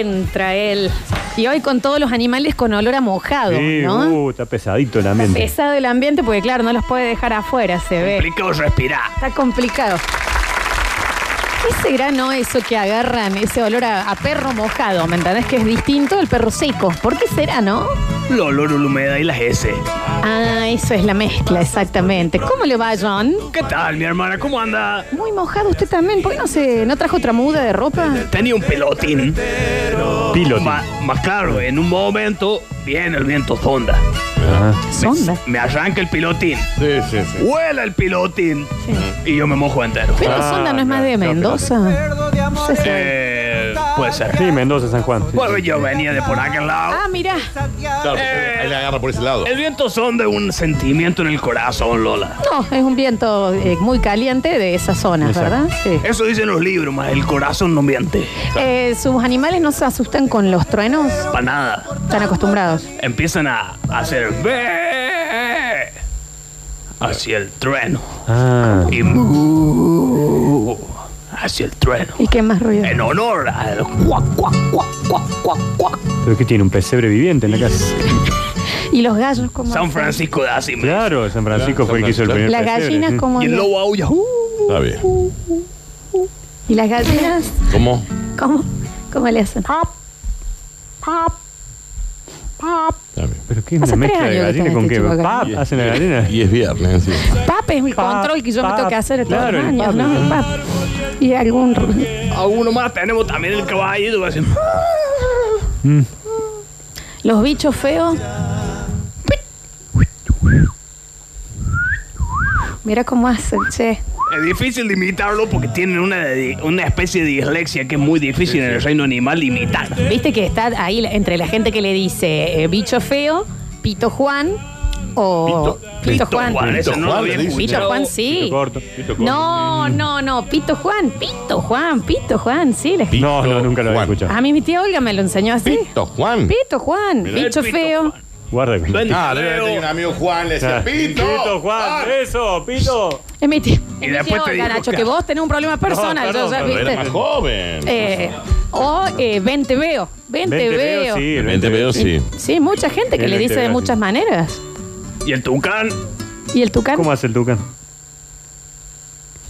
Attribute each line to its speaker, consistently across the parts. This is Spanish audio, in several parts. Speaker 1: entra él. Y hoy con todos los animales con olor a mojado,
Speaker 2: Sí,
Speaker 1: ¿no?
Speaker 2: uh, está pesadito el ambiente.
Speaker 1: Pesado el ambiente porque, claro, no los puede dejar afuera, se ve.
Speaker 2: Complicado respirar.
Speaker 1: Está complicado. Ese grano, eso que agarran, ese olor a, a perro mojado, ¿me entendés? Que es distinto del perro seco. ¿Por qué será, no?
Speaker 3: El olor, la humedad y las S.
Speaker 1: Ah, eso es la mezcla, exactamente. ¿Cómo le va, John?
Speaker 3: ¿Qué tal, mi hermana? ¿Cómo anda?
Speaker 1: Muy mojado usted también. ¿Por qué no, se, no trajo otra muda de ropa?
Speaker 3: Tenía un pelotín.
Speaker 2: Piloto.
Speaker 3: Ma- Más claro, en un momento viene el viento sonda.
Speaker 2: Ajá.
Speaker 1: Sonda.
Speaker 3: Me arranca el pilotín.
Speaker 4: Sí, sí, sí.
Speaker 3: Huela el pilotín.
Speaker 1: Sí.
Speaker 3: Y yo me mojo entero.
Speaker 1: Pero
Speaker 4: Ah,
Speaker 1: Sonda no es más
Speaker 4: no,
Speaker 1: de
Speaker 4: no,
Speaker 1: Mendoza. No sé si-
Speaker 3: Eh, puede ser.
Speaker 2: Sí, Mendoza, San Juan. Sí.
Speaker 3: Bueno, yo venía de por aquel lado.
Speaker 1: Ah, mira.
Speaker 4: Claro,
Speaker 3: Eh.
Speaker 4: porque ahí la agarra por ese lado.
Speaker 3: El viento sonda es un sentimiento en el corazón, Lola.
Speaker 1: No, es un viento eh, muy caliente de esas zonas,
Speaker 2: Exacto.
Speaker 1: ¿verdad? Sí.
Speaker 3: Eso dicen los libros, más el corazón no miente.
Speaker 1: Eh, ¿Sus animales no se asustan con los truenos?
Speaker 3: Para nada.
Speaker 1: Están acostumbrados.
Speaker 3: Empiezan a a hacer... "Ve", Hacia el trueno.
Speaker 2: Ah,
Speaker 3: Y "Mu", hacia el trueno.
Speaker 1: ¿Y qué más ruido?
Speaker 3: En honor al cuac, cuac, cuac, cuac, cuac, cuac.
Speaker 2: pero que tiene un pesebre viviente en la casa.
Speaker 1: ¿Y los gallos cómo?
Speaker 3: San
Speaker 1: hacen?
Speaker 3: Francisco de Asís.
Speaker 2: Claro, San Francisco
Speaker 4: Claro,
Speaker 2: fue el que hizo el
Speaker 4: San
Speaker 2: primer
Speaker 1: ¿Las
Speaker 2: pesebre.
Speaker 1: gallinas
Speaker 2: Mm.
Speaker 1: cómo?
Speaker 3: Y el
Speaker 1: hacen?
Speaker 3: lobo aúlla. "Uh".
Speaker 4: Está bien.
Speaker 1: ¿Y las gallinas
Speaker 4: ¿Cómo?
Speaker 1: cómo? ¿Cómo le hacen?
Speaker 4: Está bien.
Speaker 2: ¿Pero qué es
Speaker 1: Hace
Speaker 2: una
Speaker 1: tres
Speaker 2: mezcla de
Speaker 1: años que
Speaker 2: gallinas
Speaker 1: está
Speaker 2: con
Speaker 1: este
Speaker 2: qué?
Speaker 1: chico acá.
Speaker 2: ¿Pap? ¿Hacen la gallina?
Speaker 4: Y es viernes, sí.
Speaker 1: Pap es el
Speaker 2: Pap,
Speaker 1: control que yo me
Speaker 2: pap.
Speaker 1: tengo que hacer todos
Speaker 2: Claro,
Speaker 1: los
Speaker 2: el
Speaker 1: años,
Speaker 2: pap,
Speaker 1: ¿no?
Speaker 2: el
Speaker 1: Pap. Y algún ru-
Speaker 3: Alguno más tenemos también el caballito. que hace,
Speaker 1: los bichos feos. Mira cómo hacen, che.
Speaker 3: Es difícil de imitarlo porque tienen una, de- una especie de dislexia que es muy difícil en el reino animal de imitar.
Speaker 1: Viste que está ahí la- entre la gente que le dice eh, bicho feo, pito Juan o
Speaker 4: Pito-
Speaker 1: pito, Juan.
Speaker 3: eso no lo
Speaker 4: Juan,
Speaker 3: había
Speaker 4: le dicen.
Speaker 1: Pito
Speaker 3: escuchado.
Speaker 1: Juan, sí.
Speaker 2: Pito corto, pito corto.
Speaker 1: No, no, no. Pito Juan, Pito Juan, Pito Juan, sí. la-
Speaker 2: No, no, nunca lo había
Speaker 4: Juan.
Speaker 2: escuchado.
Speaker 1: A mí mi tía Olga me lo enseñó así.
Speaker 4: Pito Juan.
Speaker 1: Pito Juan,
Speaker 3: El
Speaker 1: bicho
Speaker 3: pito
Speaker 1: feo.
Speaker 3: Juan.
Speaker 2: Guarda. Ah,
Speaker 3: Lo han
Speaker 4: Ah, debe
Speaker 3: dicho
Speaker 4: haber tenido
Speaker 3: feo.
Speaker 4: un amigo Juan, le decía, Pito. eh.
Speaker 2: Pito, Juan, eso, Pito.
Speaker 1: Es mi tía, es mi tía
Speaker 3: después te
Speaker 1: Olga,
Speaker 3: dijo
Speaker 1: Nacho,
Speaker 3: que-
Speaker 1: que vos tenés un problema personal.
Speaker 2: perdón,
Speaker 1: yo ya,
Speaker 2: perdón,
Speaker 4: Era
Speaker 1: ¿viste?
Speaker 4: más joven.
Speaker 1: Eh, o eh, ven te veo, ven te veo. Sí.
Speaker 2: sí.
Speaker 4: De
Speaker 2: el
Speaker 4: repente veo, sí.
Speaker 1: mucha gente que
Speaker 2: Ven
Speaker 1: le
Speaker 2: te
Speaker 1: dice de
Speaker 2: veo,
Speaker 1: muchas
Speaker 2: sí.
Speaker 1: maneras.
Speaker 3: Y el tucán.
Speaker 1: ¿Y el tucán?
Speaker 2: ¿Cómo hace el tucán?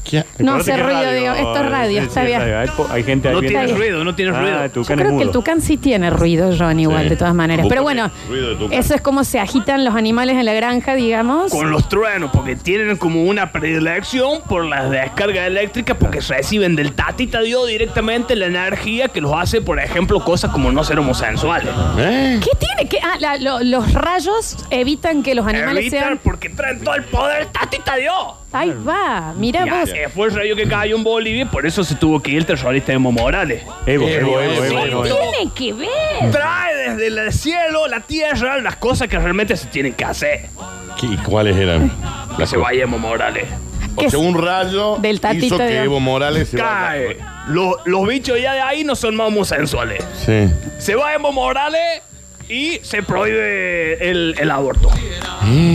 Speaker 4: ¿Qué?
Speaker 1: No
Speaker 2: Acordate
Speaker 1: hace
Speaker 2: que es eh,
Speaker 1: ruido, digo, esto es radio, está bien.
Speaker 2: radio. Hay, po- hay gente ahí
Speaker 3: No
Speaker 2: viendo.
Speaker 3: tiene ruido, no tiene
Speaker 2: Ah,
Speaker 3: ruido.
Speaker 2: el
Speaker 1: Yo
Speaker 2: tucán es
Speaker 1: creo que el
Speaker 2: mudo.
Speaker 1: tucán sí tiene ruido, John, igual,
Speaker 4: Sí.
Speaker 1: de todas maneras. Pero bueno,
Speaker 4: Ruido de tucán.
Speaker 1: eso es como se agitan los animales en la granja, digamos.
Speaker 3: Con los truenos, porque tienen como una predilección por las descargas eléctricas, porque reciben del tatita Dios directamente la energía que los hace, por ejemplo, cosas como no ser homosensuales.
Speaker 4: ¿Eh?
Speaker 1: ¿Qué tiene que...? Ah, la- lo- los rayos evitan que los animales
Speaker 3: Evitan
Speaker 1: sean...
Speaker 3: porque traen todo el poder tatita Dios.
Speaker 1: Ahí va, mira
Speaker 3: Ya,
Speaker 1: vos.
Speaker 3: eh, fue el rayo que cayó en Bolivia y por eso se tuvo que ir el terrorista Evo Morales.
Speaker 2: Evo, evo,
Speaker 4: Evo,
Speaker 2: evo,
Speaker 4: evo,
Speaker 2: evo, evo.
Speaker 1: Tiene que ver.
Speaker 3: Trae desde el cielo, la tierra, las cosas que realmente se tienen que hacer.
Speaker 4: ¿Qué- y ¿Cuáles eran?
Speaker 3: Que se vaya Evo Morales.
Speaker 1: Que
Speaker 4: O sea,
Speaker 1: es-
Speaker 4: un rayo
Speaker 1: Del tatito
Speaker 4: hizo que
Speaker 1: de-
Speaker 4: Evo Morales se
Speaker 3: Cae.
Speaker 4: vaya.
Speaker 3: Los, los bichos ya de ahí no son más homosensuales.
Speaker 4: Sí.
Speaker 3: Se va Evo Morales y se prohíbe el, el aborto.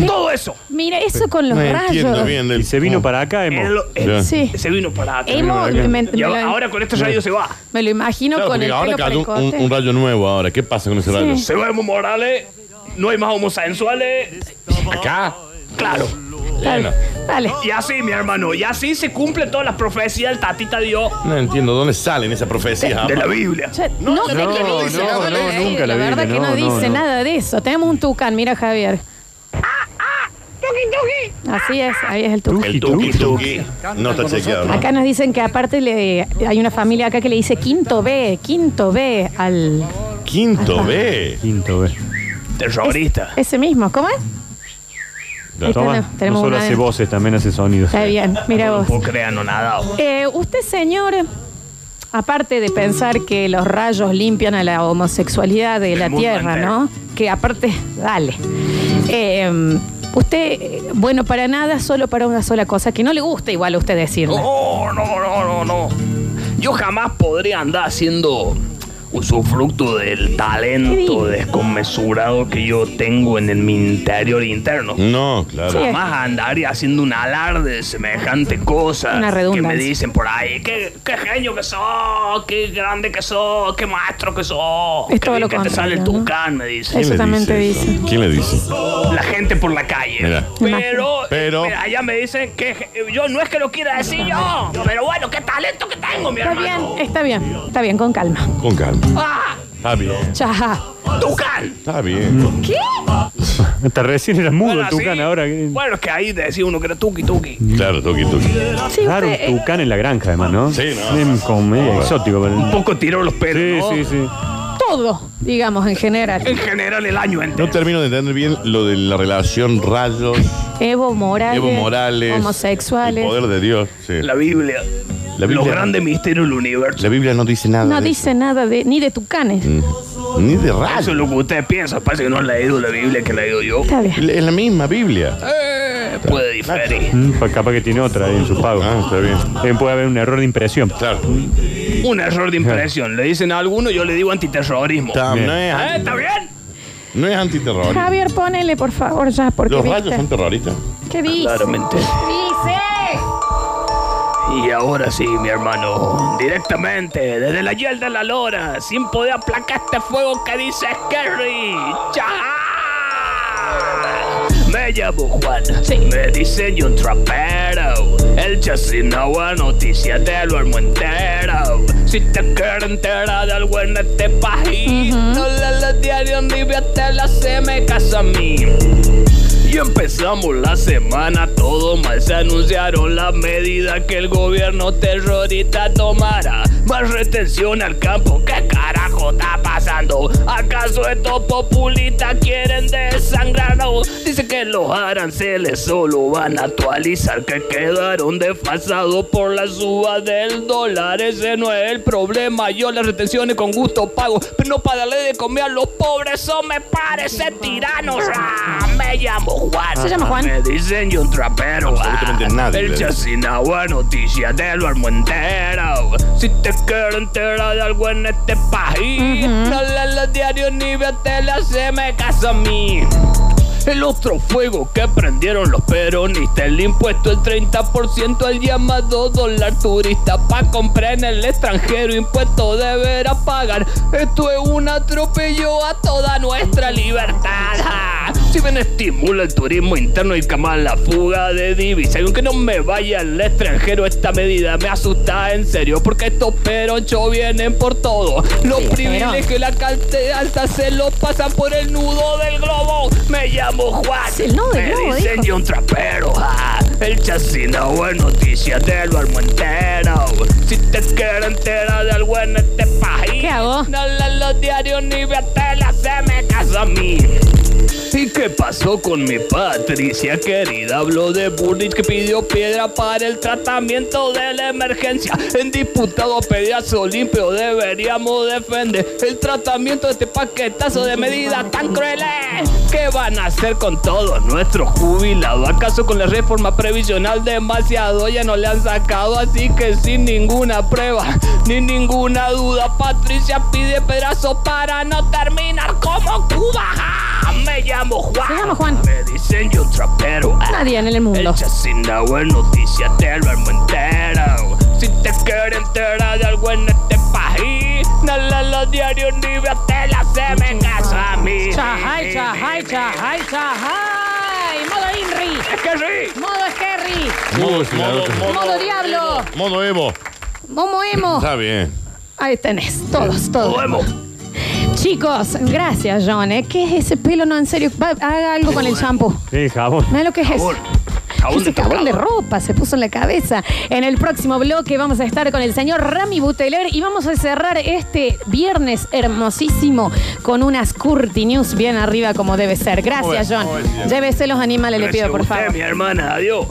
Speaker 3: Todo eso.
Speaker 1: Mira, eso con los
Speaker 4: No entiendo
Speaker 1: rayos.
Speaker 4: bien. del-
Speaker 2: Y se vino para acá, Emo.
Speaker 3: Es lo-
Speaker 4: Ya.
Speaker 3: es-
Speaker 1: Sí.
Speaker 3: Se vino para acá.
Speaker 1: Emo,
Speaker 2: acá.
Speaker 1: me, me-
Speaker 3: Y
Speaker 1: me
Speaker 3: ahora,
Speaker 1: lo-
Speaker 3: ahora con este rayo se va.
Speaker 1: me lo imagino
Speaker 4: Claro,
Speaker 1: con
Speaker 4: porque
Speaker 1: el
Speaker 4: ahora
Speaker 1: pelo
Speaker 4: cayó un, un-
Speaker 1: precoce.
Speaker 4: un rayo nuevo ahora. ¿Qué pasa con ese rayo?
Speaker 1: Sí.
Speaker 3: Se va Evo Morales. No hay más homosensuales.
Speaker 4: ¿Acá?
Speaker 3: Claro.
Speaker 4: Bueno,
Speaker 1: Dale, dale.
Speaker 3: Y así, mi hermano. Y así se cumple todas las profecías del tatita Dios.
Speaker 4: no entiendo dónde salen esas profecías.
Speaker 3: De la Biblia.
Speaker 1: Yo- no,
Speaker 4: no,
Speaker 1: sé qué
Speaker 4: no,
Speaker 1: dice,
Speaker 4: no,
Speaker 1: la verdad
Speaker 4: no,
Speaker 1: que sí,
Speaker 2: nunca
Speaker 1: la
Speaker 2: la vi,
Speaker 1: verdad que no,
Speaker 2: no, no,
Speaker 1: dice
Speaker 2: no.
Speaker 1: nada de eso. Tenemos un tucán, mira Javier. Así es, ahí es el tucán.
Speaker 2: El
Speaker 4: Tuki, tuki. No está chequeado, ¿no?
Speaker 1: Acá nos dicen que aparte le, hay una familia acá que le dice quinto B, quinto B al
Speaker 4: Quinto B.
Speaker 2: Quinto, B.
Speaker 3: Terrorista.
Speaker 1: ese mismo, ¿cómo es? Ahí
Speaker 2: Toma,
Speaker 1: tenemos- tenemos
Speaker 2: no solo
Speaker 1: una
Speaker 2: hace
Speaker 1: de-
Speaker 2: voces, también hace sonidos.
Speaker 1: Está bien, mira vos.
Speaker 3: No crean, no nada.
Speaker 1: Eh, usted, señor, aparte de pensar que los rayos limpian a la homosexualidad de
Speaker 3: Del
Speaker 1: la
Speaker 3: mundo
Speaker 1: tierra,
Speaker 3: entero.
Speaker 1: ¿no? Que aparte, dale. Eh, usted, eh, bueno, para nada, solo para una sola cosa, que no le gusta igual a usted
Speaker 3: Oh,
Speaker 1: decirlo.
Speaker 3: No, no, no, no, no. Yo jamás podría andar haciendo usufructo del talento desconmesurado que yo tengo en el- mi interior interno.
Speaker 4: No, claro.
Speaker 1: Sí.
Speaker 3: Jamás andaría haciendo un alarde de semejante cosa.
Speaker 1: Una
Speaker 3: Que me
Speaker 1: redundancia.
Speaker 3: dicen por ahí, qué, qué genio que sos, qué grande que sos, qué maestro que sos.
Speaker 1: Es
Speaker 3: qué
Speaker 1: todo
Speaker 3: bien
Speaker 1: lo
Speaker 3: que te sale el
Speaker 1: contrario, ¿no?
Speaker 3: tucán, me dicen.
Speaker 1: Eso
Speaker 4: le
Speaker 1: también te
Speaker 4: eso?
Speaker 1: dice.
Speaker 4: ¿Quién le dice?
Speaker 3: La gente por la calle.
Speaker 4: Mira.
Speaker 3: Pero,
Speaker 4: Pero-
Speaker 3: mira, allá me dicen que ge- yo no es que lo quiera decir yo, pero bueno, qué talento que tengo, mi
Speaker 1: Está bien,
Speaker 3: hermano.
Speaker 1: está bien, está bien, con calma.
Speaker 4: Con calma.
Speaker 3: ¡Ah!
Speaker 4: Está bien.
Speaker 1: Ya.
Speaker 3: ¡Tucán!
Speaker 4: Está bien.
Speaker 1: ¿Qué?
Speaker 2: Hasta recién era mudo
Speaker 3: Bueno,
Speaker 2: el tucán
Speaker 3: sí.
Speaker 2: ahora. que-
Speaker 3: Bueno, es que ahí te decía uno que era tuki tuki.
Speaker 4: Claro, toqui, toqui.
Speaker 1: Sí,
Speaker 2: Claro,
Speaker 1: usted,
Speaker 2: un
Speaker 1: eh,
Speaker 2: tucán en la granja, además, ¿no?
Speaker 4: Sí, ¿no?
Speaker 2: Bien, como medio exótico. pero-
Speaker 3: Un poco tiró los pelos.
Speaker 2: Sí,
Speaker 3: ¿no?
Speaker 2: sí, sí.
Speaker 1: todo, digamos, en general.
Speaker 3: En general, el año entero.
Speaker 4: No termino de entender bien lo de la relación rayos,
Speaker 1: Evo Morales.
Speaker 4: Evo Morales,
Speaker 1: Homosexuales.
Speaker 4: el poder de Dios. sí.
Speaker 3: La Biblia.
Speaker 4: La Biblia.
Speaker 3: Los grandes misterios del universo.
Speaker 4: La Biblia no dice nada.
Speaker 1: No
Speaker 4: de
Speaker 1: dice nada de ni de tucanes.
Speaker 4: eso. Ni de
Speaker 3: Eso es
Speaker 4: rayos.
Speaker 3: lo que ustedes piensan. Parece que no han leído la Biblia que he leído yo.
Speaker 1: Está bien.
Speaker 4: Es la misma Biblia.
Speaker 3: Eh, puede diferir.
Speaker 2: Mm, pues capaz que tiene otra ahí en su pago.
Speaker 4: Ah, está bien.
Speaker 2: También puede haber un error de impresión.
Speaker 4: Claro.
Speaker 3: Un error de impresión. Le dicen a alguno, yo le digo antiterrorismo.
Speaker 4: Está-
Speaker 2: Bien.
Speaker 4: no, es,
Speaker 3: ¿Eh?
Speaker 4: anti-
Speaker 3: ¿Está bien?
Speaker 4: no es antiterrorista.
Speaker 1: Javier, ponele, por favor, ya, porque
Speaker 4: Los
Speaker 1: viste.
Speaker 4: rayos son terroristas.
Speaker 1: ¿Qué dice?
Speaker 3: Claramente.
Speaker 1: Dice.
Speaker 3: Y ahora sí, mi hermano, directamente desde la yelda de la lora, sin poder aplacar este fuego que dice Kerry. ¡Chá! Me llamo Juan, me diseño un trapero. El chasinawa noticia de lo armo entero. Si te quieres enterar de algo en este país, no lees los diarios ni veas telas, se me casa a mí. Y empezamos la semana todo mal. Se anunciaron las medidas que el gobierno terrorista tomará. Más retención al campo, ¿qué carajo está pasando? ¿Acaso estos populistas quieren desangrarnos? Dice que los aranceles solo van a actualizar, que quedaron desfasados por la suba del dólar. Ese no es el problema. Yo las retenciones con gusto pago, pero no para darle de comer a los pobres. Eso me parece tirano. Ah, Me llamo Juan.
Speaker 1: Se llama Juan.
Speaker 3: Me dicen yo un trapero.
Speaker 4: Absolutamente
Speaker 3: Ah,
Speaker 4: nadie le
Speaker 3: El
Speaker 4: dice.
Speaker 3: Chasinagua, noticia de lo armo entero. Si te quiero enterar de algo en este país, no lees los diarios ni veas tele, se me casa a mí. El otro fuego que prendieron los peronistas, el impuesto el 30%, el llamado dólar turista pa' comprar en el extranjero, impuesto deberá pagar. Esto es un atropello a toda nuestra libertad. ¡Ja! Si bien estimula el turismo interno y cama la fuga de divisas, y aunque no me vaya al extranjero, esta medida me asusta en serio, porque estos peronchos vienen por todo. Los privilegios que la calte alta se lo pasan por el nudo del globo. Me llamo Juan.
Speaker 1: Es el nudo del
Speaker 3: me
Speaker 1: globo,
Speaker 3: dicen
Speaker 1: dijo.
Speaker 3: yo un trapero. ah. El chasino es noticia de lo armo entero. Si te quieres enterar de algo en este país,
Speaker 1: ¿Qué hago?
Speaker 3: no lees los diarios ni veas tela, se me casa a mí. ¿Y qué pasó con mi Patricia querida? Habló de Burrich que pidió piedra para el tratamiento de la emergencia. En diputado pedazo limpio deberíamos defender el tratamiento de este paquetazo de medidas tan crueles. ¿Qué van a hacer con todos nuestros jubilados? ¿Acaso con la reforma previsional demasiado ya no le han sacado? Así que sin ninguna prueba ni ninguna duda, Patricia pide pedazos para no terminar como Cuba. ¡Ah! Me llamo Juan.
Speaker 1: Se llama Juan.
Speaker 3: Me dicen yo trapero. Ah.
Speaker 1: Nadie en el mundo.
Speaker 3: El chasino es noticia del armo entero. Si te quieres enterar de algo en este país, no lees los diarios ni veas tela, se me casa a mí.
Speaker 1: Chajay, chajay, chajay, chajay. Modo Inri.
Speaker 3: Es que sí.
Speaker 1: Modo Skerry.
Speaker 4: Modo, modo,
Speaker 1: Modo Diablo.
Speaker 4: modo Evo.
Speaker 1: Momo Emo.
Speaker 4: Está bien.
Speaker 1: Ahí tenés. Todos, todos.
Speaker 3: Podemos.
Speaker 1: Chicos, gracias, John. ¿eh? ¿Qué es ese pelo? No, en serio. Va, haga algo con el shampoo.
Speaker 2: Sí, jabón.
Speaker 1: Mira lo que es eso.
Speaker 3: Jabón. Jabón
Speaker 1: Ese
Speaker 3: de
Speaker 1: cabón de
Speaker 3: tocado.
Speaker 1: ropa se puso en la cabeza. En el próximo bloque vamos a estar con el señor Rami Buteler y vamos a cerrar este viernes hermosísimo con unas Curti News bien arriba como debe ser. Gracias, John.
Speaker 4: Muy bien, muy bien.
Speaker 1: Llévese los animales, le pido,
Speaker 3: Gracias a
Speaker 1: por
Speaker 3: usted,
Speaker 1: favor.
Speaker 3: mi hermana. Adiós.